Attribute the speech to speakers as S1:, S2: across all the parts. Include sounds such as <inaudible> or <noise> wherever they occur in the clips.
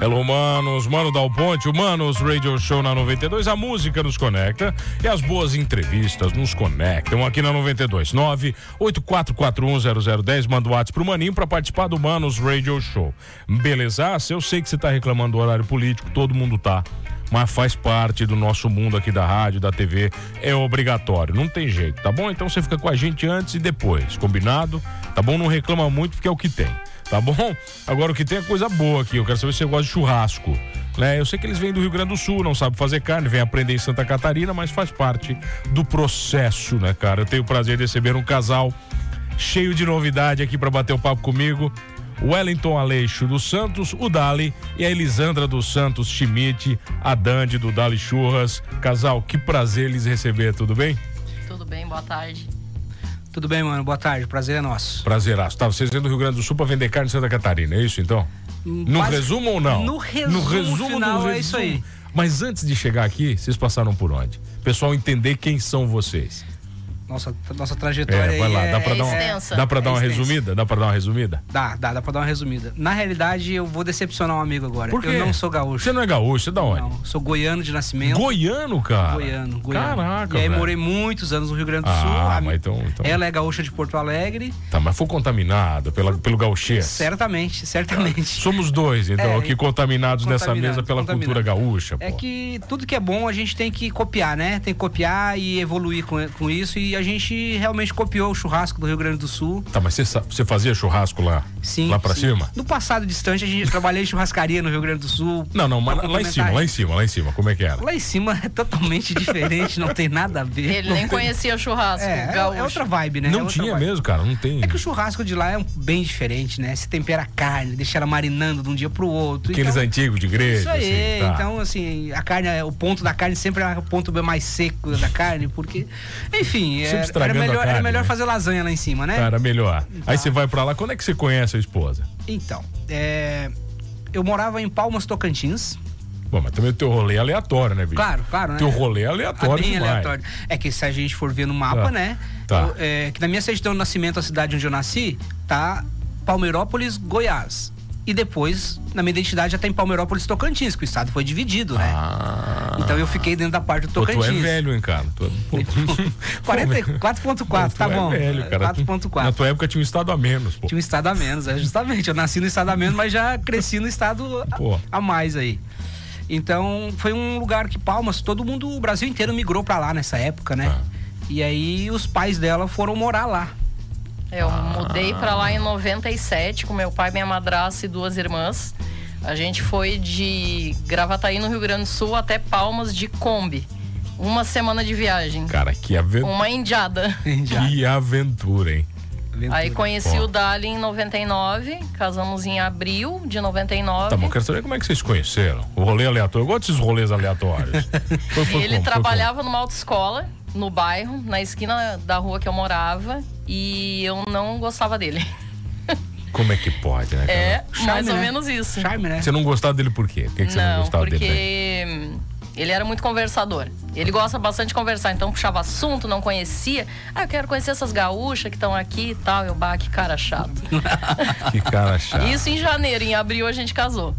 S1: Hello, Manos, Mano Dal Ponte, Humanos Radio Show na 92. A música nos conecta e as boas entrevistas nos conectam aqui na 92. 984410010. Manda o WhatsApp pro Maninho pra participar do Manos Radio Show. Belezaça? Eu sei que você tá reclamando do horário político, todo mundo tá. Mas faz parte do nosso mundo aqui da rádio, da TV, é obrigatório, não tem jeito, tá bom? Então você fica com a gente antes e depois, combinado? Tá bom? Não reclama muito porque é o que tem tá bom? Agora o que tem é coisa boa aqui. Eu quero saber se você gosta de churrasco. Né? Eu sei que eles vêm do Rio Grande do Sul, não sabem fazer carne, vêm aprender em Santa Catarina, mas faz parte do processo, né, cara? Eu tenho o prazer de receber um casal cheio de novidade aqui para bater o papo comigo. O Wellington Aleixo dos Santos, o Dali e a Elisandra dos Santos Schmidt, a Dandi do Dali Churras. Casal, que prazer lhes receber, tudo bem?
S2: Tudo bem, boa tarde.
S3: Tudo bem, mano? Boa tarde. Prazer é nosso.
S1: Prazeraço. Tá, vocês vêm do Rio Grande do Sul pra vender carne em Santa Catarina, é isso então? No
S3: Quase-
S1: resumo ou não?
S3: No resumo final, é isso aí.
S1: Mas antes de chegar aqui, vocês passaram por onde? O pessoal entender quem são vocês.
S3: Nossa, nossa trajetória
S1: É, vai lá,
S3: Então aí
S1: dá pra
S2: é
S1: dar uma,
S2: extensa.
S1: dá pra dar
S3: É
S1: uma
S3: extensa.
S1: resumida? Dá pra dar uma resumida?
S3: Dá, dá, dá pra dar uma resumida. Na realidade, eu vou decepcionar um amigo agora.
S1: Por quê?
S3: Eu não sou gaúcho.
S1: Você não é gaúcho, você é da onde?
S3: Não, sou goiano de nascimento.
S1: Goiano, cara.
S3: Goiano, goiano.
S1: Caraca,
S3: E aí
S1: velho.
S3: morei muitos anos no Rio Grande do
S1: Ah,
S3: Sul. A-
S1: mas então- então-
S3: Ela é gaúcha de Porto Alegre.
S1: Tá, mas foi contaminado pela, pelo gauchês.
S3: Certamente, certamente.
S1: Somos dois, então,
S3: É,
S1: aqui contaminados nessa
S3: contaminado,
S1: mesa pela
S3: contaminado.
S1: cultura gaúcha, pô.
S3: É que tudo que é bom a gente tem que copiar, né? Tem que copiar e evoluir com, com isso. E a gente realmente copiou o churrasco do Rio Grande do Sul.
S1: Tá, mas você sa- você fazia churrasco lá?
S3: Sim.
S1: Lá pra
S3: sim.
S1: cima?
S3: No passado distante, a gente trabalhei em churrascaria no Rio Grande do Sul.
S1: Não, não, mas
S3: Pra
S1: lá em cima, lá em cima, lá em cima, como é que era?
S3: Lá em cima é totalmente diferente, não tem nada a ver.
S2: Ele
S3: Não
S2: nem
S3: tem-
S2: conhecia churrasco,
S3: É, é,
S2: gaúcho.
S3: é outra vibe, né? É
S1: Não
S3: outra
S1: tinha
S3: vibe.
S1: mesmo, cara, não tem.
S3: É que o churrasco de lá é um- bem diferente, né? Se tempera a carne, deixa ela marinando de um dia pro outro.
S1: Aqueles
S3: então,
S1: antigos de igreja.
S3: Isso aí,
S1: assim, tá.
S3: então assim, a carne, o ponto da carne sempre é o ponto mais seco da carne, porque. Enfim,
S1: Sempre
S3: é- era,
S1: estragando a
S3: melhor,
S1: carne,
S3: era melhor
S1: né? Tá.
S3: fazer lasanha lá em cima, né?
S1: Cara, melhor. Aí você vai pra lá, quando é que você conhece a esposa?
S3: Então, é, eu morava em Palmas, Tocantins.
S1: Bom, mas também o teu rolê é aleatório, né, bicho?
S3: Claro, claro, né?
S1: Teu rolê é
S3: Ah,
S1: aleatório
S3: bem
S1: demais.
S3: aleatório. É que se a gente for ver no mapa,
S1: Tá.
S3: né?
S1: Tá.
S3: eu- é, que na minha certidão de nascimento, a cidade onde eu nasci, tá Palmeirópolis, Goiás. E depois, na minha identidade, já tem Palmeirópolis Tocantins, que o estado foi dividido, né?
S1: Ah.
S3: Então eu fiquei dentro da parte do
S1: Pô, tu
S3: Tocantins.
S1: é velho, hein, cara? Tu é...
S3: <laughs>
S1: Pô,
S3: 44.4, tá
S1: tu é
S3: bom.
S1: velho, cara. Tu- Na
S3: 4.4.
S1: tua época tinha um estado a menos, pô.
S3: Tinha um estado a menos, é justamente. Eu nasci no estado a menos, mas já cresci no estado a-
S1: Pô.
S3: a, mais aí. Então, foi um lugar que Palmas, todo mundo, o Brasil inteiro migrou pra lá nessa época, né?
S1: Tá.
S3: E aí os pais dela foram morar lá. <laughs>
S2: Eu mudei pra lá em 97 com meu pai, minha madrasta e duas irmãs. A gente foi de Gravataí, no Rio Grande do Sul, até Palmas de Kombi. Uma semana de viagem.
S1: Cara, que, aven...
S2: Uma indiada.
S1: que aventura, hein?
S2: Aí conheci
S1: Ó.
S2: o Dali em 99, casamos em abril de 99.
S1: Tá bom, quero saber como é que vocês conheceram. O rolê aleatório. Eu gosto desses rolês
S2: <laughs>
S1: aleatórios. Foi- foi
S2: E ele
S1: como? Foi
S2: trabalhava numa autoescola no bairro, na esquina da rua que eu morava, e eu não gostava dele.
S1: como? Como é que pode, né, cara?
S2: É,
S3: Charme,
S2: mais ou
S3: né?
S2: menos isso.
S3: Charme, né?
S1: Você não gostava dele por quê? Por que, que você não
S2: Não,
S1: gostava dele? daí?
S2: porque hum, ele era muito conversador. Ele gosta bastante de conversar, então puxava assunto, não conhecia. Ah, eu quero conhecer essas gaúchas que estão aqui e tal. Eu, bah, que cara chato.
S1: Que cara chato.
S2: <laughs> Isso em janeiro, em abril a gente casou.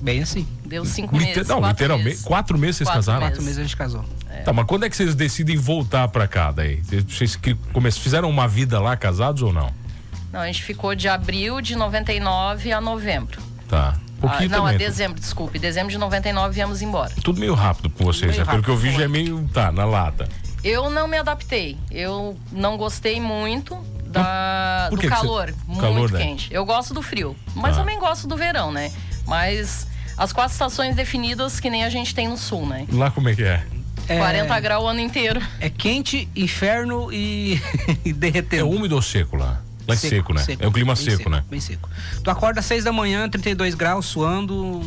S3: Bem assim.
S2: Deu cinco
S1: Liter-
S2: meses.
S1: não,
S2: quatro
S1: literalmente.
S2: meses.
S1: Quatro meses vocês
S2: Quatro
S1: casaram?
S2: meses.
S3: Quatro meses a gente casou.
S1: Tá, mas quando é que vocês decidem voltar pra cá daí? Vocês- Vocês cri- come- fizeram uma vida lá casados ou não?
S2: Não, a gente ficou de abril de 99 a novembro.
S1: Tá. Pouquinho
S2: Ah, não,
S1: também.
S2: a dezembro, desculpe. Dezembro de 99 viemos embora.
S1: Tudo meio rápido com vocês,
S3: Meio
S1: né? Pelo que eu vi
S3: rápido,
S1: já é meio. Tá, na lata.
S2: Eu não me adaptei. Eu não gostei muito da,
S1: Por
S2: do
S1: que que você-
S2: calor. Muito
S1: Calor, né?
S2: quente. Eu gosto do frio. Mas
S1: Ah.
S2: também gosto do verão, né? Mas as quatro estações definidas que nem a gente tem no sul, né?
S1: Lá como é que é?
S3: É,
S2: 40 graus o ano inteiro. <laughs>
S3: É quente, inferno e, <laughs> e
S1: É
S3: derretendo.
S1: úmido ou seco lá? Lá é seco, né? É o clima
S3: bem
S1: seco, né?
S3: Bem seco. Tu acorda às seis da manhã, 32 graus, suando,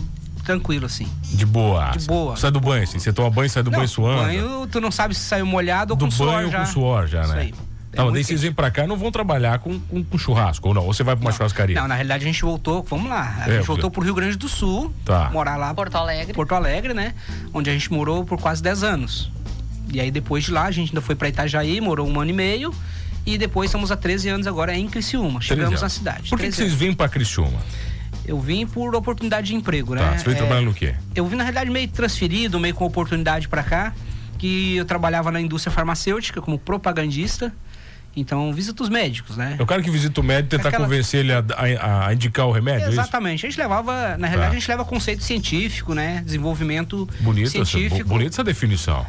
S3: tranquilo assim.
S1: De boa.
S3: De boa.
S1: Sai do banho, assim. Você toma banho, sai do
S3: Não,
S1: banho suando.
S3: banho, tu não sabe se saiu molhado ou
S1: do
S3: com suor
S1: banho
S3: já.
S1: com suor já,
S3: Isso
S1: né?
S3: aí. É
S1: tá, mas
S3: muito
S1: daí vocês
S3: quente.
S1: vêm pra cá e não vão trabalhar com, com, com churrasco, ou não? Ou você vai pra uma churrascaria?
S3: Não, na realidade a gente voltou, vamos lá, a
S1: É,
S3: gente
S1: porque-
S3: voltou pro Rio Grande do Sul,
S1: Tá.
S3: morar lá,
S2: Porto Alegre.
S3: Porto Alegre, né? Onde a gente morou por quase 10 anos. E aí depois de lá a gente ainda foi pra Itajaí, morou um ano e meio. E depois estamos há 13 anos agora em Criciúma.
S1: Treze
S3: Chegamos
S1: anos.
S3: na cidade.
S1: Por que, que
S3: 13
S1: vocês vêm pra Criciúma?
S3: anos. Eu vim por oportunidade de emprego, né?
S1: Tá, você veio
S3: É,
S1: trabalhando no quê?
S3: Eu vim, na realidade, meio transferido, meio com oportunidade pra cá, que eu trabalhava na indústria farmacêutica como propagandista. Então, visita os médicos, né?
S1: É o cara que visita o médico e tentar
S3: Aquela-
S1: convencer ele a, a- a indicar o remédio? é isso? Tá.
S3: Exatamente. A gente levava, na realidade, a gente leva conceito científico, né? Desenvolvimento
S1: Bonito essa, bo-
S3: científico.
S1: bonita essa definição.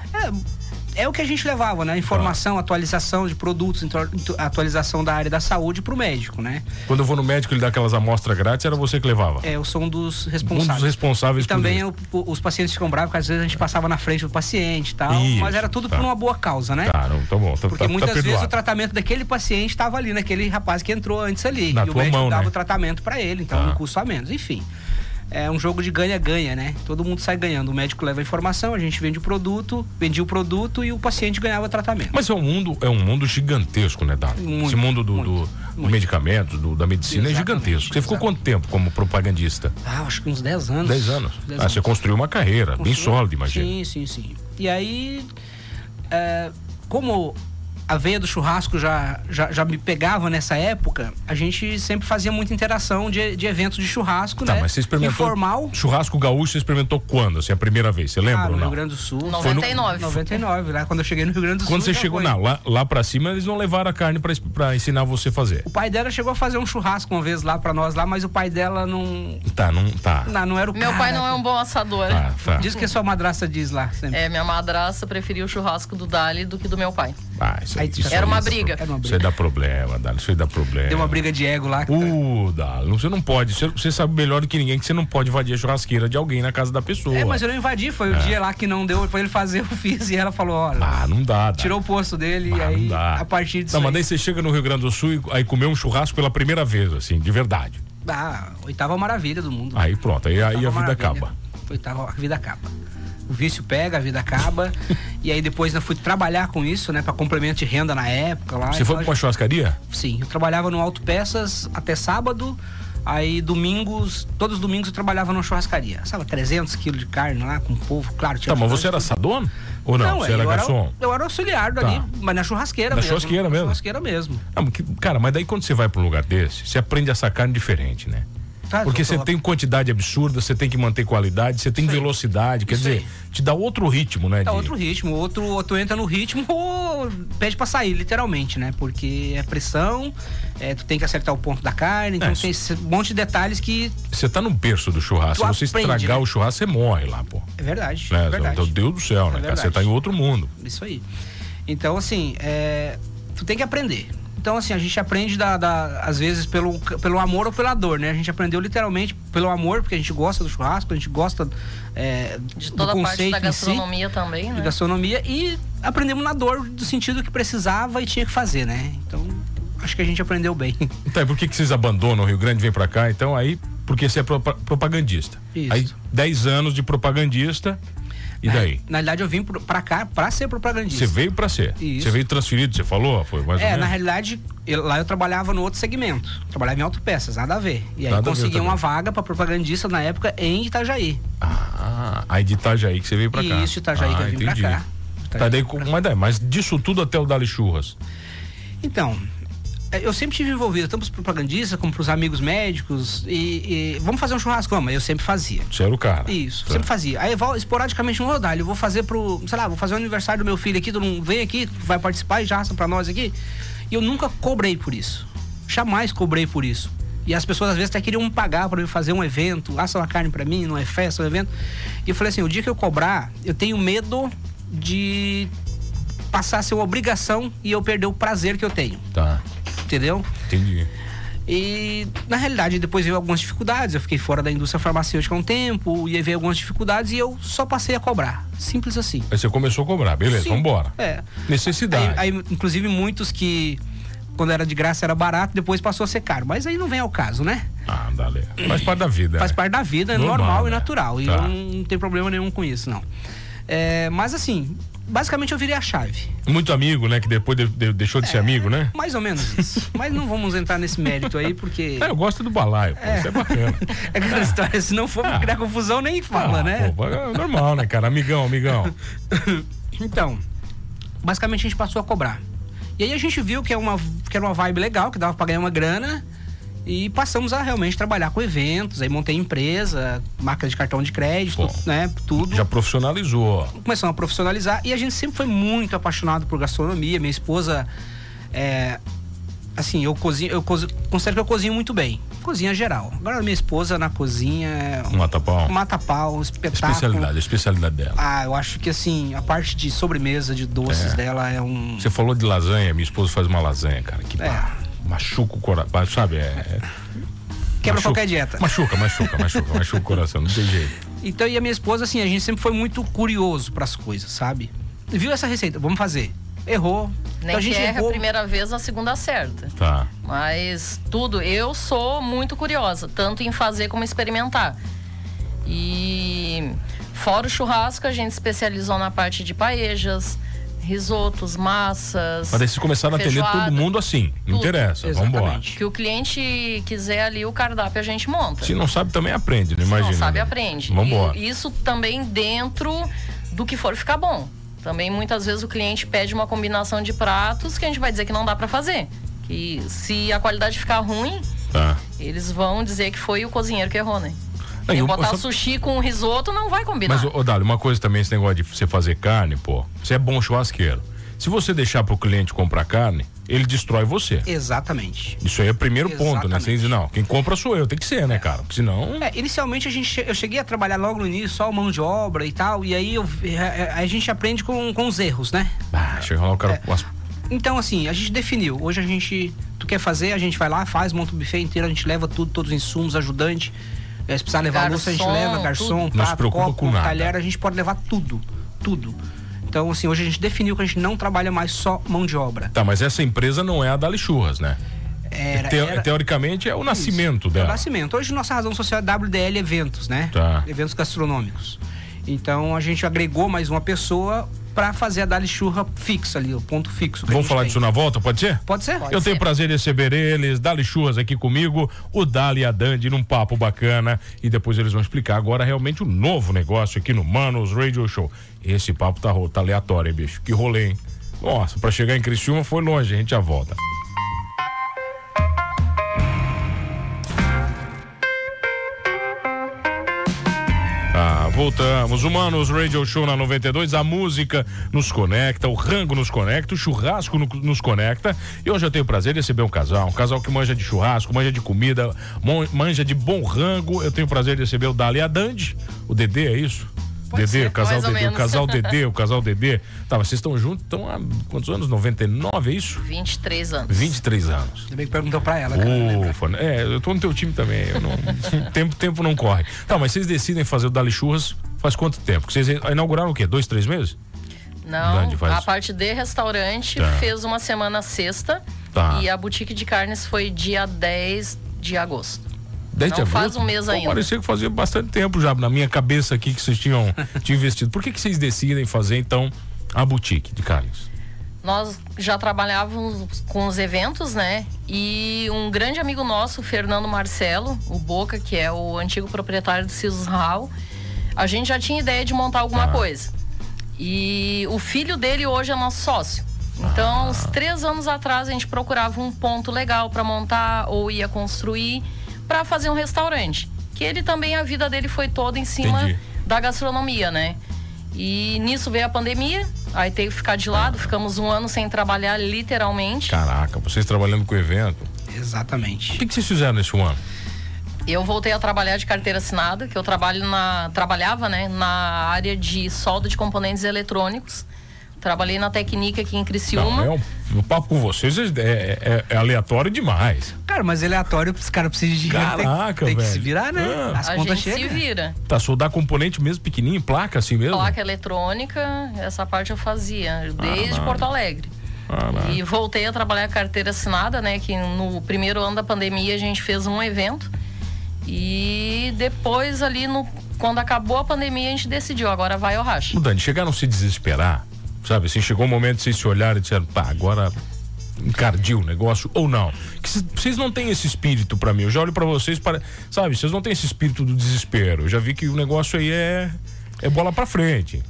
S3: É, é o que a gente levava, né? Informação,
S1: Tá.
S3: atualização de produtos, intro- intro- atualização da área da saúde pro médico, né?
S1: Quando eu vou no médico, ele dá aquelas amostras grátis, era você que levava.
S3: É, eu sou um dos
S1: um
S3: responsáveis.
S1: dos responsáveis
S3: E também o- o- os pacientes ficam bravos, porque às vezes a gente passava na frente do paciente e tal.
S1: Isso,
S3: mas era tudo
S1: tá.
S3: por uma boa causa, né?
S1: Tá, não, tá bom. Tá,
S3: Porque
S1: tá,
S3: muitas
S1: tá
S3: vezes o
S1: perdoado.
S3: tratamento daquele paciente estava ali, naquele rapaz que entrou antes ali.
S1: Na
S3: e o
S1: tua
S3: médico
S1: mão,
S3: dava
S1: né?
S3: o tratamento para ele, então
S1: Tá.
S3: um custo a menos. Enfim. É um jogo de ganha-ganha, né? Todo mundo sai ganhando. O médico leva a informação, a gente vende o produto, vendia o produto e o paciente ganhava o tratamento.
S1: Mas é um mundo, é um mundo gigantesco, né, Dado?
S3: Muito,
S1: Esse mundo do, do,
S3: muito,
S1: do
S3: muito.
S1: medicamento, do- da medicina é
S3: Exatamente,
S1: gigantesco. Você ficou
S3: exato.
S1: quanto tempo como propagandista?
S3: Ah, acho que uns 10 anos.
S1: Dez anos.
S3: Dez
S1: Ah, você construiu uma carreira bem
S3: Construiu?
S1: sólida, imagina.
S3: Sim, sim, sim. E aí, é, como a veia do churrasco já, já, já me pegava nessa época, a gente sempre fazia muita interação de, de eventos de churrasco,
S1: Tá,
S3: né?
S1: mas você experimentou.
S3: Informal.
S1: Churrasco gaúcho, você experimentou quando? Assim, a primeira vez, você lembra
S3: Ah,
S1: ou
S3: no
S1: não?
S3: Rio Grande do Sul.
S2: Não.
S1: Foi no-
S2: 99.
S3: 99, lá quando eu cheguei no Rio Grande do Sul.
S1: Quando você
S3: já
S1: chegou,
S3: foi.
S1: não, lá, lá pra cima eles não levaram a carne pra, es- pra ensinar você a fazer.
S3: O pai dela chegou a fazer um churrasco uma vez lá pra nós lá, mas o pai dela não.
S1: Tá, não, tá.
S3: Não, não era o
S2: Meu
S3: cara.
S2: pai não é um bom assador.
S1: Tá, tá.
S3: Diz que a sua madrasta diz lá sempre.
S2: É, minha madrasta preferia o churrasco do Dali do que do meu pai.
S1: Ah, isso, aí-
S3: Aí,
S1: isso
S2: era
S1: aí
S2: uma
S1: é pro-
S2: briga.
S3: Era uma
S1: Isso aí
S3: briga.
S1: dá problema, Dali. Isso aí dá problema.
S3: Deu uma briga de ego lá. que
S1: Uh, Dali, você não pode. Você, você sabe melhor do que ninguém que você não pode invadir a churrasqueira de alguém na casa da pessoa.
S3: É, mas eu não invadi, foi o dia lá que não deu pra ele fazer, eu fiz e ela falou, olha,
S1: Ah, não dá. Dali.
S3: tirou o posto dele e
S1: Ah, não
S3: aí
S1: dá.
S3: a partir disso
S1: Não, mas
S3: aí,
S1: daí você chega no Rio Grande do Sul e aí comeu um churrasco pela primeira vez, assim, de verdade.
S3: ah, oitava maravilha do mundo.
S1: Aí pronto, aí, aí a
S3: Oitava
S1: vida
S3: maravilha.
S1: acaba.
S3: Oitava, a vida acaba. O vício pega, a vida
S1: <laughs>
S3: acaba. e aí depois eu fui trabalhar com isso, né, Pra complemento de renda na época lá.
S1: Você foi pra
S3: Então,
S1: uma churrascaria?
S3: Sim, eu trabalhava no Auto Peças até sábado. Aí domingos, todos os domingos eu trabalhava numa churrascaria. Sabe, 300 quilos de carne lá com o povo, claro. tinha
S1: Tá, mas você
S3: churrasco.
S1: era assador? Ou não? você
S3: é,
S1: era
S3: eu
S1: garçom? Tá.
S3: Era, eu era auxiliar dali, mas na churrasqueira
S1: Na
S3: mesmo.
S1: churrasqueira mesmo?
S3: Na churrasqueira mesmo.
S1: Não, que- cara, mas daí quando você vai pra um lugar desse, você aprende a sacar diferente, né?
S3: Tá,
S1: Porque
S3: doutor
S1: você tem quantidade absurda, você tem que manter qualidade, você tem velocidade, quer
S3: Isso
S1: dizer,
S3: aí.
S1: te dá outro ritmo, né?
S3: Tá
S1: de-
S3: outro ritmo, outro, outro entra no ritmo <laughs> ou pede pra sair, literalmente, né? Porque é pressão, é, tu tem que acertar o ponto da carne, então
S1: É,
S3: tem esse monte de detalhes que.
S1: Você tá no berço do churrasco,
S3: Tu
S1: se você
S3: aprende,
S1: estragar
S3: né?
S1: o churrasco, você morre lá, pô.
S3: É verdade.
S1: Né?
S3: É verdade. É
S1: Meu Deus do céu, né? cara?
S3: verdade.
S1: Você tá em outro mundo.
S3: Isso aí. Então, assim, é, tu tem que aprender. Então, assim, a gente aprende, da, da- às vezes, pelo, pelo amor ou pela dor, né? A gente aprendeu literalmente pelo amor, porque a gente gosta do churrasco, a gente gosta é,
S2: De toda
S3: do
S2: a parte
S3: conceito
S2: da
S3: em si,
S2: gastronomia também,
S3: de
S2: né?
S3: gastronomia, e aprendemos na dor do sentido que precisava e tinha que fazer, né? Então, acho que a gente aprendeu bem.
S1: Então, e por que, que vocês abandonam o Rio Grande e vêm pra cá? Então, aí, porque você é propa- propagandista.
S3: Isso.
S1: Aí, 10 anos de propagandista, e daí?
S3: <laughs> Na realidade, eu vim pro- pra cá pra ser propagandista.
S1: Você veio pra ser.
S3: Isso.
S1: Você veio transferido, você falou? Foi mais ou
S3: É,
S1: menos?
S3: na realidade, eu- lá eu trabalhava no outro segmento. Trabalhava em autopeças, nada a ver. E aí
S1: Nada a ver
S3: consegui
S1: também.
S3: uma vaga pra propagandista na época em Itajaí.
S1: Ah, aí de Itajaí que você veio pra
S3: e
S1: cá.
S3: isso, Itajaí
S1: ah,
S3: que eu vim
S1: entendi.
S3: pra cá.
S1: Tá, daí, com- mas, daí, mas disso tudo até o Dali Churras.
S3: Então, eh, eu sempre tive envolvido, tanto pros propagandistas como pros amigos médicos. E, e vamos fazer um churrasco, mas eu sempre fazia.
S1: Você era o cara.
S3: Isso,
S1: Tá.
S3: sempre fazia. Aí vol- esporadicamente no rodalho, eu vou fazer pro, sei lá, vou fazer o aniversário do meu filho aqui, todo mundo vem aqui, vai participar e já assa pra nós aqui. E eu nunca cobrei por isso. Jamais cobrei por isso. E as pessoas às vezes até queriam pagar pra eu fazer um evento, assa uma carne pra mim, não é festa, é um evento. E eu falei assim, o dia que eu cobrar, eu tenho medo de passar a ser uma obrigação e eu perder o prazer que eu tenho,
S1: Tá,
S3: entendeu?
S1: entendi.
S3: E, na realidade, depois veio algumas dificuldades. Eu fiquei fora da indústria farmacêutica há um tempo, e aí veio algumas dificuldades e eu só passei a cobrar. Simples assim.
S1: Aí você começou a cobrar, beleza,
S3: Sim.
S1: vambora.
S3: É. Aí,
S1: Necessidade.
S3: aí, inclusive, muitos que quando era de graça era barato, depois passou a ser caro. Mas aí não vem ao caso, né?
S1: Ah, Dali. Faz parte da vida.
S3: Faz
S1: né?
S3: parte da vida, é
S1: Normal,
S3: normal, e
S1: né?
S3: natural. E
S1: Tá.
S3: eu não, não tenho problema nenhum com isso, não. É, mas assim, basicamente eu virei a chave.
S1: Muito amigo, né? Que depois de- de- deixou
S3: É.
S1: de ser amigo, né?
S3: Mais ou menos
S1: <laughs>
S3: isso. mas não vamos entrar nesse mérito aí, porque.
S1: Ah, eu gosto do balaio, pô, isso é bacana.
S3: É aquela história, se não for pra criar confusão, nem <laughs> fala,
S1: Ah,
S3: né?
S1: pô, é normal, né, cara? Amigão, amigão.
S3: Então, basicamente a gente passou a cobrar. E aí a gente viu que, é uma, que era uma vibe legal, que dava pra ganhar uma grana. E passamos a realmente trabalhar com eventos, aí montei empresa, marca de cartão de crédito,
S1: Bom,
S3: né? Tudo.
S1: Já profissionalizou.
S3: Começamos a profissionalizar e a gente sempre foi muito apaixonado por gastronomia. Minha esposa é, assim, eu cozinho, eu cozi- considero que eu cozinho muito bem. Cozinha geral. Agora minha esposa na cozinha é
S1: Um atapão.
S3: um mata-pau, um espetáculo.
S1: Especialidade, a especialidade dela.
S3: Ah, eu acho que assim, a parte de sobremesa de doces
S1: É.
S3: dela é um
S1: Você falou de lasanha, minha esposa faz uma lasanha, cara, que
S3: É.
S1: pá, machuca o coração, sabe? É,
S3: quebra
S1: machuca-
S3: qualquer dieta.
S1: Machuca, machuca, machuca, machuca o coração, não tem jeito.
S3: Então, e a minha esposa, assim, a gente sempre foi muito curioso pras coisas, sabe? Viu essa receita? Vamos fazer. Errou.
S2: Nem
S3: então, a gente
S2: que erra
S3: errou.
S2: a primeira vez, na segunda acerta.
S1: Tá.
S2: Mas tudo, eu sou muito curiosa, tanto em fazer como experimentar. E fora o churrasco, a gente especializou na parte de paejas, risotos, massas.
S1: Mas daí vocês começaram a atender
S2: feijoada.
S1: todo mundo assim. Não
S2: Tudo.
S1: interessa, vamos embora.
S3: Exatamente.
S2: Que o cliente quiser ali o cardápio, a gente monta.
S1: Se não sabe, também aprende, não
S2: Se
S1: imagina.
S2: não sabe,
S1: né?
S2: aprende.
S1: Vamos embora.
S2: E isso também dentro do que for ficar bom. Também muitas vezes o cliente pede uma combinação de pratos que a gente vai dizer que não dá pra fazer. Que se a qualidade ficar ruim,
S1: Tá.
S2: eles vão dizer que foi o cozinheiro que errou, né?
S1: Não, e
S2: E
S1: o-
S2: botar
S1: só-
S2: sushi com risoto não vai combinar.
S1: Mas, ô, ô, Dário, uma coisa também, esse negócio de você fazer carne, pô, você é bom churrasqueiro. Se você deixar pro cliente comprar carne, ele destrói você.
S3: Exatamente.
S1: Isso aí é o primeiro ponto, né?
S3: Exatamente.
S1: Você diz, não, quem compra sou eu, tem que ser, né, cara? Porque senão.
S3: É, inicialmente a gente, che- eu cheguei a trabalhar logo no início, só mão de obra e tal, e aí eu, é, a, a- a gente aprende com, com os erros, né?
S1: Ah, chega lá o cara. as-
S3: Então, assim, a gente definiu. Hoje a gente. Tu quer fazer, a gente vai lá, faz, monta o buffet inteiro, a gente leva tudo, todos os insumos, ajudante. eh, Se precisar levar
S2: Garçom,
S3: louça, a gente leva, garçom,
S1: Não se
S3: prato,
S1: preocupa
S3: copo,
S1: com nada.
S3: talher, a gente pode levar tudo. Tudo. Então, assim, hoje a gente definiu que a gente não trabalha mais só mão de obra.
S1: Tá, mas essa empresa não é a Dali Churras, né?
S3: Era,
S1: Teo-
S3: era-
S1: Teoricamente é o nascimento
S3: É o
S1: dela.
S3: nascimento. Hoje nossa razão social é WDL Eventos, né?
S1: Tá.
S3: Eventos gastronômicos. Então a gente agregou mais uma pessoa pra fazer a Dali Churra fixa ali, o ponto fixo. que a
S1: Vamos
S3: gente
S1: falar
S3: tem.
S1: disso na volta, pode ser?
S3: Pode ser?
S1: Eu tenho prazer em receber eles, Dali Churras aqui comigo, o Dali e a Dandy num papo bacana e depois eles vão explicar agora realmente o novo negócio aqui no Manos Radio Show. Esse papo tá, ro- tá aleatório, hein, bicho? Que rolê, hein? Nossa, pra chegar em Criciúma foi longe, a gente já volta. Ah, voltamos. Humanos Radio Show na 92. A música nos conecta, o rango nos conecta, o churrasco no- nos conecta. E hoje eu tenho o prazer de receber um casal, um casal que manja de churrasco, manja de comida, mon- manja de bom rango. Eu tenho o prazer de receber o Dali e a Dandy. O Dedê, é isso?
S2: Pode
S1: Dedê,
S2: ser,
S1: o casal
S2: mais ou
S1: Dedê, o
S2: menos. <laughs>
S1: casal Dedê, o casal Dedê. Tá, mas vocês estão juntos, estão há quantos anos? 99, é isso?
S2: 23 anos.
S1: 23 anos.
S3: Ainda bem que perguntou pra ela, cara.
S1: Ufa, né? é, eu tô no teu time também. Eu não, <laughs> tempo, tempo não corre. Tá, mas vocês decidem fazer o Dali Churras faz quanto tempo? Que Vocês inauguraram o quê? Dois, três meses?
S2: Não,
S1: Grande, faz-
S2: a parte de restaurante
S1: Tá.
S2: fez uma semana sexta
S1: Tá.
S2: e a boutique de carnes foi dia 10 de agosto.
S1: Dez
S2: Não faz um mês
S1: Pô,
S2: ainda.
S1: Parecia que fazia bastante tempo já na minha cabeça aqui que vocês
S2: <laughs>
S1: tinham, tinham investido. Por que, que vocês decidem fazer então a boutique de carnes?
S2: Nós já trabalhávamos com os eventos, né? E um grande amigo nosso, o Fernando Marcelo, o Boca, que é o antigo proprietário do Sisos Hall, a gente já tinha ideia de montar alguma
S1: Tá.
S2: coisa. E o filho dele hoje é nosso sócio. Então, uns três anos atrás, a gente procurava um ponto legal para montar ou ia construir para fazer um restaurante. Que ele também, a vida dele foi toda em cima
S1: Entendi.
S2: da gastronomia, né? E nisso veio a pandemia, aí teve que ficar de lado, ficamos um ano sem trabalhar, literalmente.
S1: Caraca, vocês trabalhando com evento. O
S3: Exatamente.
S1: que, que vocês fizeram nesse um ano?
S2: Eu voltei a trabalhar de carteira assinada, que eu trabalho na, trabalhava né, na área de solda de componentes eletrônicos. Trabalhei na Tecnica aqui em Criciúma.
S1: Não, é um, o papo com vocês é, é- é aleatório demais.
S3: Cara, mas é aleatório, os caras precisam de dinheiro. tem que-
S1: Caraca,
S3: tem, que
S1: velho.
S3: se virar, né?
S1: Ah.
S3: As
S2: a
S3: contas
S2: gente
S3: chegam.
S2: se vira.
S1: Tá, soldar componente mesmo pequenininho, placa assim mesmo?
S2: Placa eletrônica, essa parte eu
S1: Ah,
S2: fazia desde
S1: Caralho.
S2: Porto Alegre.
S1: Caraca.
S2: E voltei a trabalhar carteira assinada, né? Que no primeiro ano da pandemia a gente fez um evento. E depois ali, no, quando acabou a pandemia, a gente decidiu, agora vai ao racha.
S1: O Dani, chegaram a se desesperar, sabe? Assim, chegou um momento que vocês se olharam e disseram, pá, agora encardiu o negócio ou não. Que cês- Vocês não têm esse espírito pra mim. Eu já olho pra vocês, para, sabe? Vocês não têm esse espírito do desespero. Eu já vi que o negócio aí é, é bola pra frente.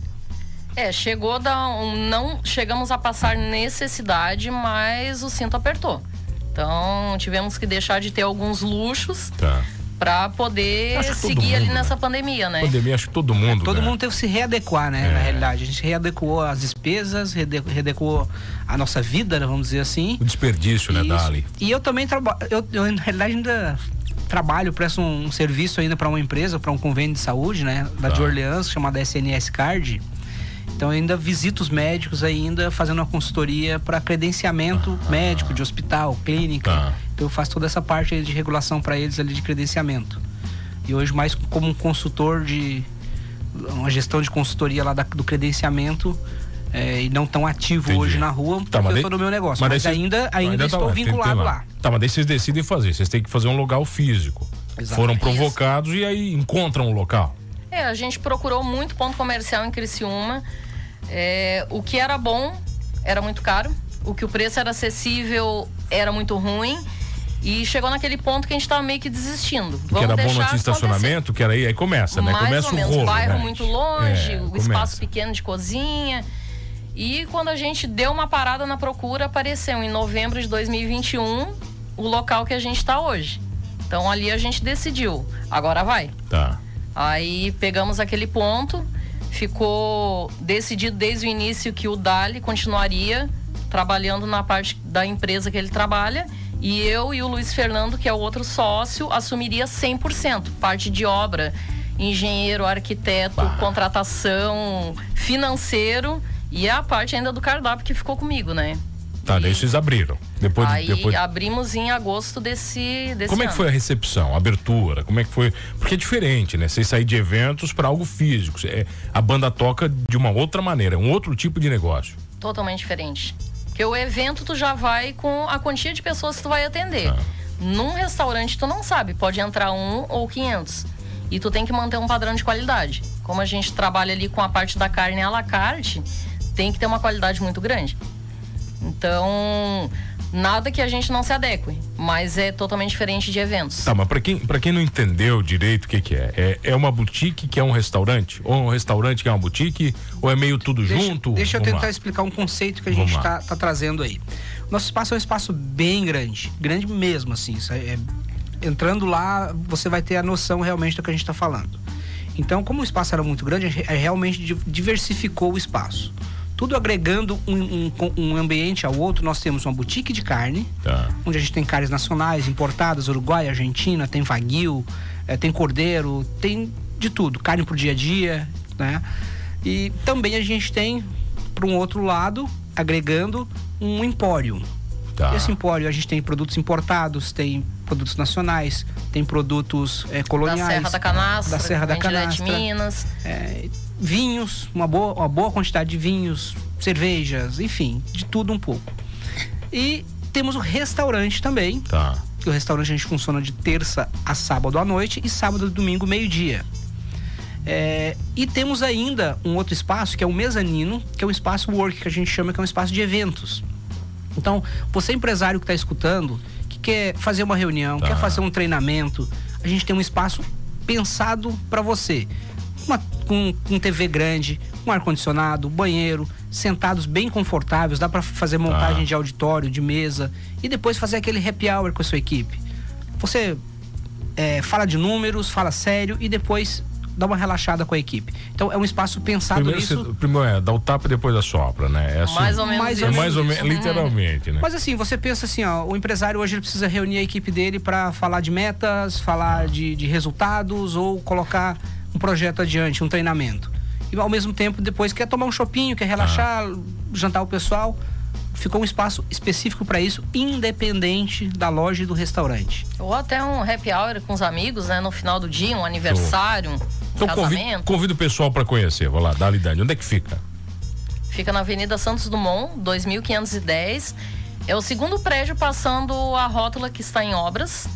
S2: É, chegou da um, não chegamos a passar necessidade, mas o cinto apertou. Então, tivemos que deixar de ter alguns luxos
S1: Tá.
S2: para poder
S1: Acho que todo
S2: seguir ali
S1: mundo, né?
S2: nessa pandemia, né?
S1: Pandemia, acho que todo mundo.
S3: É. Todo
S1: né?
S3: mundo teve que se readequar, né?
S1: É.
S3: Na realidade, a gente readequou as despesas, reade- readequou a nossa vida, né, vamos dizer assim.
S1: O desperdício, né,
S3: Isso.
S1: Dali?
S3: E eu também trabalho. Eu, eu, na realidade, ainda trabalho, presto um, um serviço ainda para uma empresa, para um convênio de saúde, né? Da
S1: Tá.
S3: de Orleans, chamada SNS Card. Então, eu ainda visito os médicos, ainda fazendo uma consultoria para credenciamento médico, de hospital, clínica.
S1: Ah. Tá.
S3: Então, eu faço toda essa parte aí de regulação para eles ali de credenciamento. E hoje, mais como um consultor de. uma gestão de consultoria lá da- do credenciamento. é, e não tão ativo
S1: Entendi.
S3: hoje na rua, porque eu
S1: Tá, daí-
S3: tô no meu negócio. Mas,
S1: daí vocês-
S3: ainda, ainda,
S1: tá
S3: estou
S1: lá, tem- tem
S3: vinculado lá.
S1: Tá, mas daí vocês decidem fazer. Vocês têm que fazer um local físico.
S3: Exatamente.
S1: Foram provocados e aí encontram um local.
S2: É, a gente procurou muito ponto comercial em Criciúma. É, o que era bom era muito caro. O que o preço era acessível era muito ruim. E chegou naquele ponto que a gente tava meio que desistindo.
S1: Que era bom não
S2: deixar
S1: tinha
S2: acontecer.
S1: estacionamento, que era aí, aí começa, né?
S2: Mais
S1: começa
S2: ou menos,
S1: o rolo.
S2: bairro
S1: né?
S2: muito longe,
S1: É,
S2: o
S1: começa.
S2: espaço pequeno de cozinha. E quando a gente deu uma parada na procura, apareceu em novembro de 2021 o local que a gente está hoje. Então ali a gente decidiu, agora vai.
S1: Tá.
S2: Aí pegamos aquele ponto, ficou decidido desde o início que o Dali continuaria trabalhando na parte da empresa que ele trabalha e eu e o Luiz Fernando, que é o outro sócio, assumiria 100%, parte de obra, engenheiro, arquiteto,
S1: Bah.
S2: contratação, financeiro e a parte ainda do cardápio que ficou comigo, né?
S1: Tá, daí
S2: E
S1: vocês abriram. Depois,
S2: Aí
S1: depois...
S2: abrimos em agosto desse, desse
S1: Como é que
S2: ano.
S1: foi a recepção, a abertura? Como é que foi? Porque é diferente, né? Você sair de eventos para algo físico. É, a banda toca de uma outra maneira, é um outro tipo de negócio.
S2: totalmente diferente. Porque o evento tu já vai com a quantia de pessoas que tu vai atender.
S3: Tá.
S1: Ah.
S2: Num restaurante tu não sabe, pode entrar um ou 500. E tu tem que manter um padrão de qualidade. Como a gente trabalha ali com a parte da carne à la carte, tem que ter uma qualidade muito grande. Então, nada que a gente não se adeque, mas é totalmente diferente de eventos.
S1: Tá, mas pra quem, pra quem não entendeu direito o que, que é? é? é uma boutique que é um restaurante? Ou um restaurante que é uma boutique? Ou é meio tudo
S3: Deixa,
S1: junto?
S3: deixa eu
S1: Vamos
S3: tentar
S1: lá.
S3: explicar um conceito que a
S1: Vamos
S3: gente
S1: lá.
S3: está trazendo aí. Nosso espaço é um espaço bem grande, grande mesmo, assim. isso é- é- entrando lá, você vai ter a noção realmente do que a gente está falando. Então, como o espaço era muito grande, a gente é, realmente di- diversificou o espaço. Tudo agregando um, um co- um ambiente ao outro, nós temos uma boutique de carne,
S1: Tá.
S3: onde a gente tem carnes nacionais, importadas, Uruguai, Argentina, tem Wagyu, eh, tem cordeiro, tem de tudo, carne pro dia a dia, né? E também a gente tem, para um outro lado, agregando um empório.
S1: Tá.
S3: Esse empório a gente tem produtos importados, tem produtos nacionais, tem produtos eh,
S2: Da
S3: coloniais.
S2: Serra da Canastra,
S3: da Serra da
S2: vem direto de
S3: Canastra.
S2: Minas.
S3: É, vinhos, uma boa, uma boa quantidade de vinhos, cervejas, enfim, de tudo um pouco. E temos o restaurante também,
S1: Tá.
S3: que o restaurante a gente funciona de terça a sábado à noite e sábado e domingo meio-dia. É, e temos ainda um outro espaço que é o mezanino, que é um espaço work que a gente chama que é um espaço de eventos. Então, você empresário que está escutando, que quer fazer uma reunião,
S1: Tá.
S3: quer fazer um treinamento, a gente tem um espaço pensado para você. Uma, com, com TV grande, com ar-condicionado, banheiro, sentados bem confortáveis, dá para fazer montagem
S1: Tá.
S3: de auditório, de mesa, e depois fazer aquele happy hour com a sua equipe. Você é, fala de números, fala sério e depois dá uma relaxada com a equipe. Então é um espaço pensado
S1: Primeiro,
S3: nisso.
S1: você- primeiro é dar o tapa e depois a sopra, né? É assim.
S2: Mais ou menos.
S3: Tá, Mais
S1: É
S3: ou
S2: isso.
S1: mais ou menos,
S2: Hum.
S1: literalmente, né?
S3: Mas assim, você pensa assim, ó, o empresário hoje ele precisa reunir a equipe dele para falar de metas, falar de, de resultados ou colocar um projeto adiante, um treinamento. E ao mesmo tempo, depois quer tomar um chopinho, quer relaxar,
S1: Ah.
S3: jantar o pessoal. Ficou um espaço específico para isso, independente da loja e do restaurante.
S2: Ou até um happy hour com os amigos, né? No final do dia, um aniversário, um
S1: Então convido,
S2: casamento.
S1: convido o pessoal para conhecer. Vou lá, Dali Dani. Onde é que fica?
S2: Fica na Avenida Santos Dumont, 2510. É o segundo prédio passando a rótula que está em obras,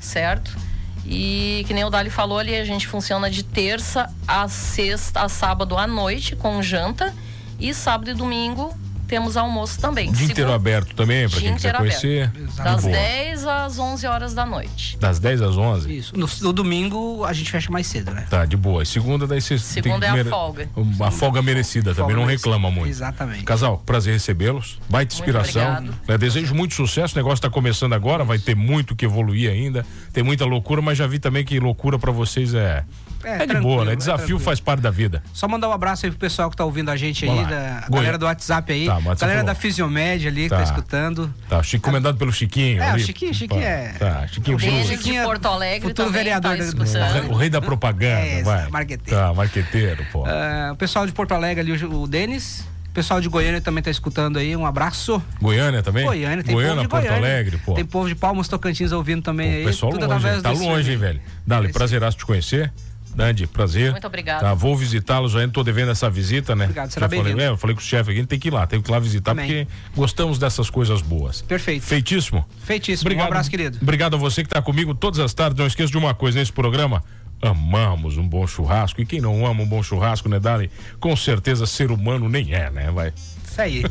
S2: certo? E que nem o Dali falou ali, a gente funciona de terça a sexta, a sábado à noite com janta. E sábado e domingo temos almoço também.
S1: Dia inteiro aberto também, pra
S2: Dia
S1: quem quiser
S2: inteiro aberto.
S1: conhecer.
S2: Das
S1: Boa.
S2: 10 às 11 horas da noite.
S1: Das 10 às 11?
S3: Isso. No, no domingo a gente fecha mais cedo, né?
S1: Tá, de boa. E segunda, daí vocês. tem
S2: Segunda
S1: que
S2: é a
S1: mere-
S2: folga.
S1: Uma folga merecida, também
S3: Folga
S1: não
S3: merecida.
S1: reclama muito.
S3: Exatamente.
S1: Casal, prazer recebê-los. Baita
S2: Muito
S1: inspiração.
S2: obrigado.
S1: né? Desejo muito sucesso. O negócio está começando agora, vai ter muito que evoluir ainda. Tem muita loucura, mas já vi também que loucura para vocês é.
S3: É,
S1: É, de
S3: tranquilo,
S1: boa, né?
S3: é
S1: Desafio
S3: tranquilo.
S1: faz parte da vida.
S3: Só mandar um abraço aí pro pessoal que tá ouvindo a gente
S1: Vamos
S3: aí,
S1: lá.
S3: da a
S1: Goi-
S3: galera do WhatsApp aí,
S1: Tá, mas você
S3: galera
S1: falou.
S3: da Fisiomédia ali
S1: Tá.
S3: que tá escutando.
S1: Tá, Chico, comendado pelo Chiquinho.
S3: É, o
S1: ali.
S3: Chiquinho- Chiquinho
S1: Tá,
S3: é-
S1: Tá, Chiquinho
S3: Chiquinho-
S1: Bruno.
S2: Desde que
S3: é
S2: Porto Alegre
S3: futuro
S2: também tá
S3: vereador
S1: O
S3: da-
S1: rei- O
S2: escutando.
S1: rei da propaganda,
S3: É,
S1: vai.
S3: marqueteiro.
S1: Tá, marqueteiro, pô.
S3: Ah, o pessoal de Porto Alegre ali, o o Denis. O pessoal de Goiânia também tá escutando aí, um abraço.
S1: Goiânia também?
S3: Goiânia, tem povo de
S1: Porto
S3: Goiânia.
S1: Alegre, pô.
S3: Tem povo de Palmas Tocantins ouvindo também
S1: Pô,
S3: aí.
S1: pessoal
S3: tudo
S1: longe,
S3: através
S1: hein? tá
S3: do
S1: longe, hein,
S3: streaming.
S1: velho. Dali,
S3: Esse-
S1: prazeraço te conhecer. Dandy, prazer.
S2: Muito obrigada.
S1: Tá, vou visitá-los ainda, tô devendo essa visita, né?
S3: Obrigado, será
S1: Já falei,
S3: bem-vindo.
S1: é, eu falei com o chefe aqui, a gente tem que ir lá, tem que ir lá visitar,
S3: Amém.
S1: porque gostamos dessas coisas boas.
S3: Perfeito.
S1: Feitíssimo.
S3: Feitíssimo. Um abraço, querido.
S1: Obrigado a você que está comigo todas as tardes. Não esqueça de uma coisa nesse programa. Amamos um bom churrasco. E quem <laughs> não ama um bom churrasco, né, Dali? Com certeza ser humano nem é, né? Vai.
S3: Isso aí.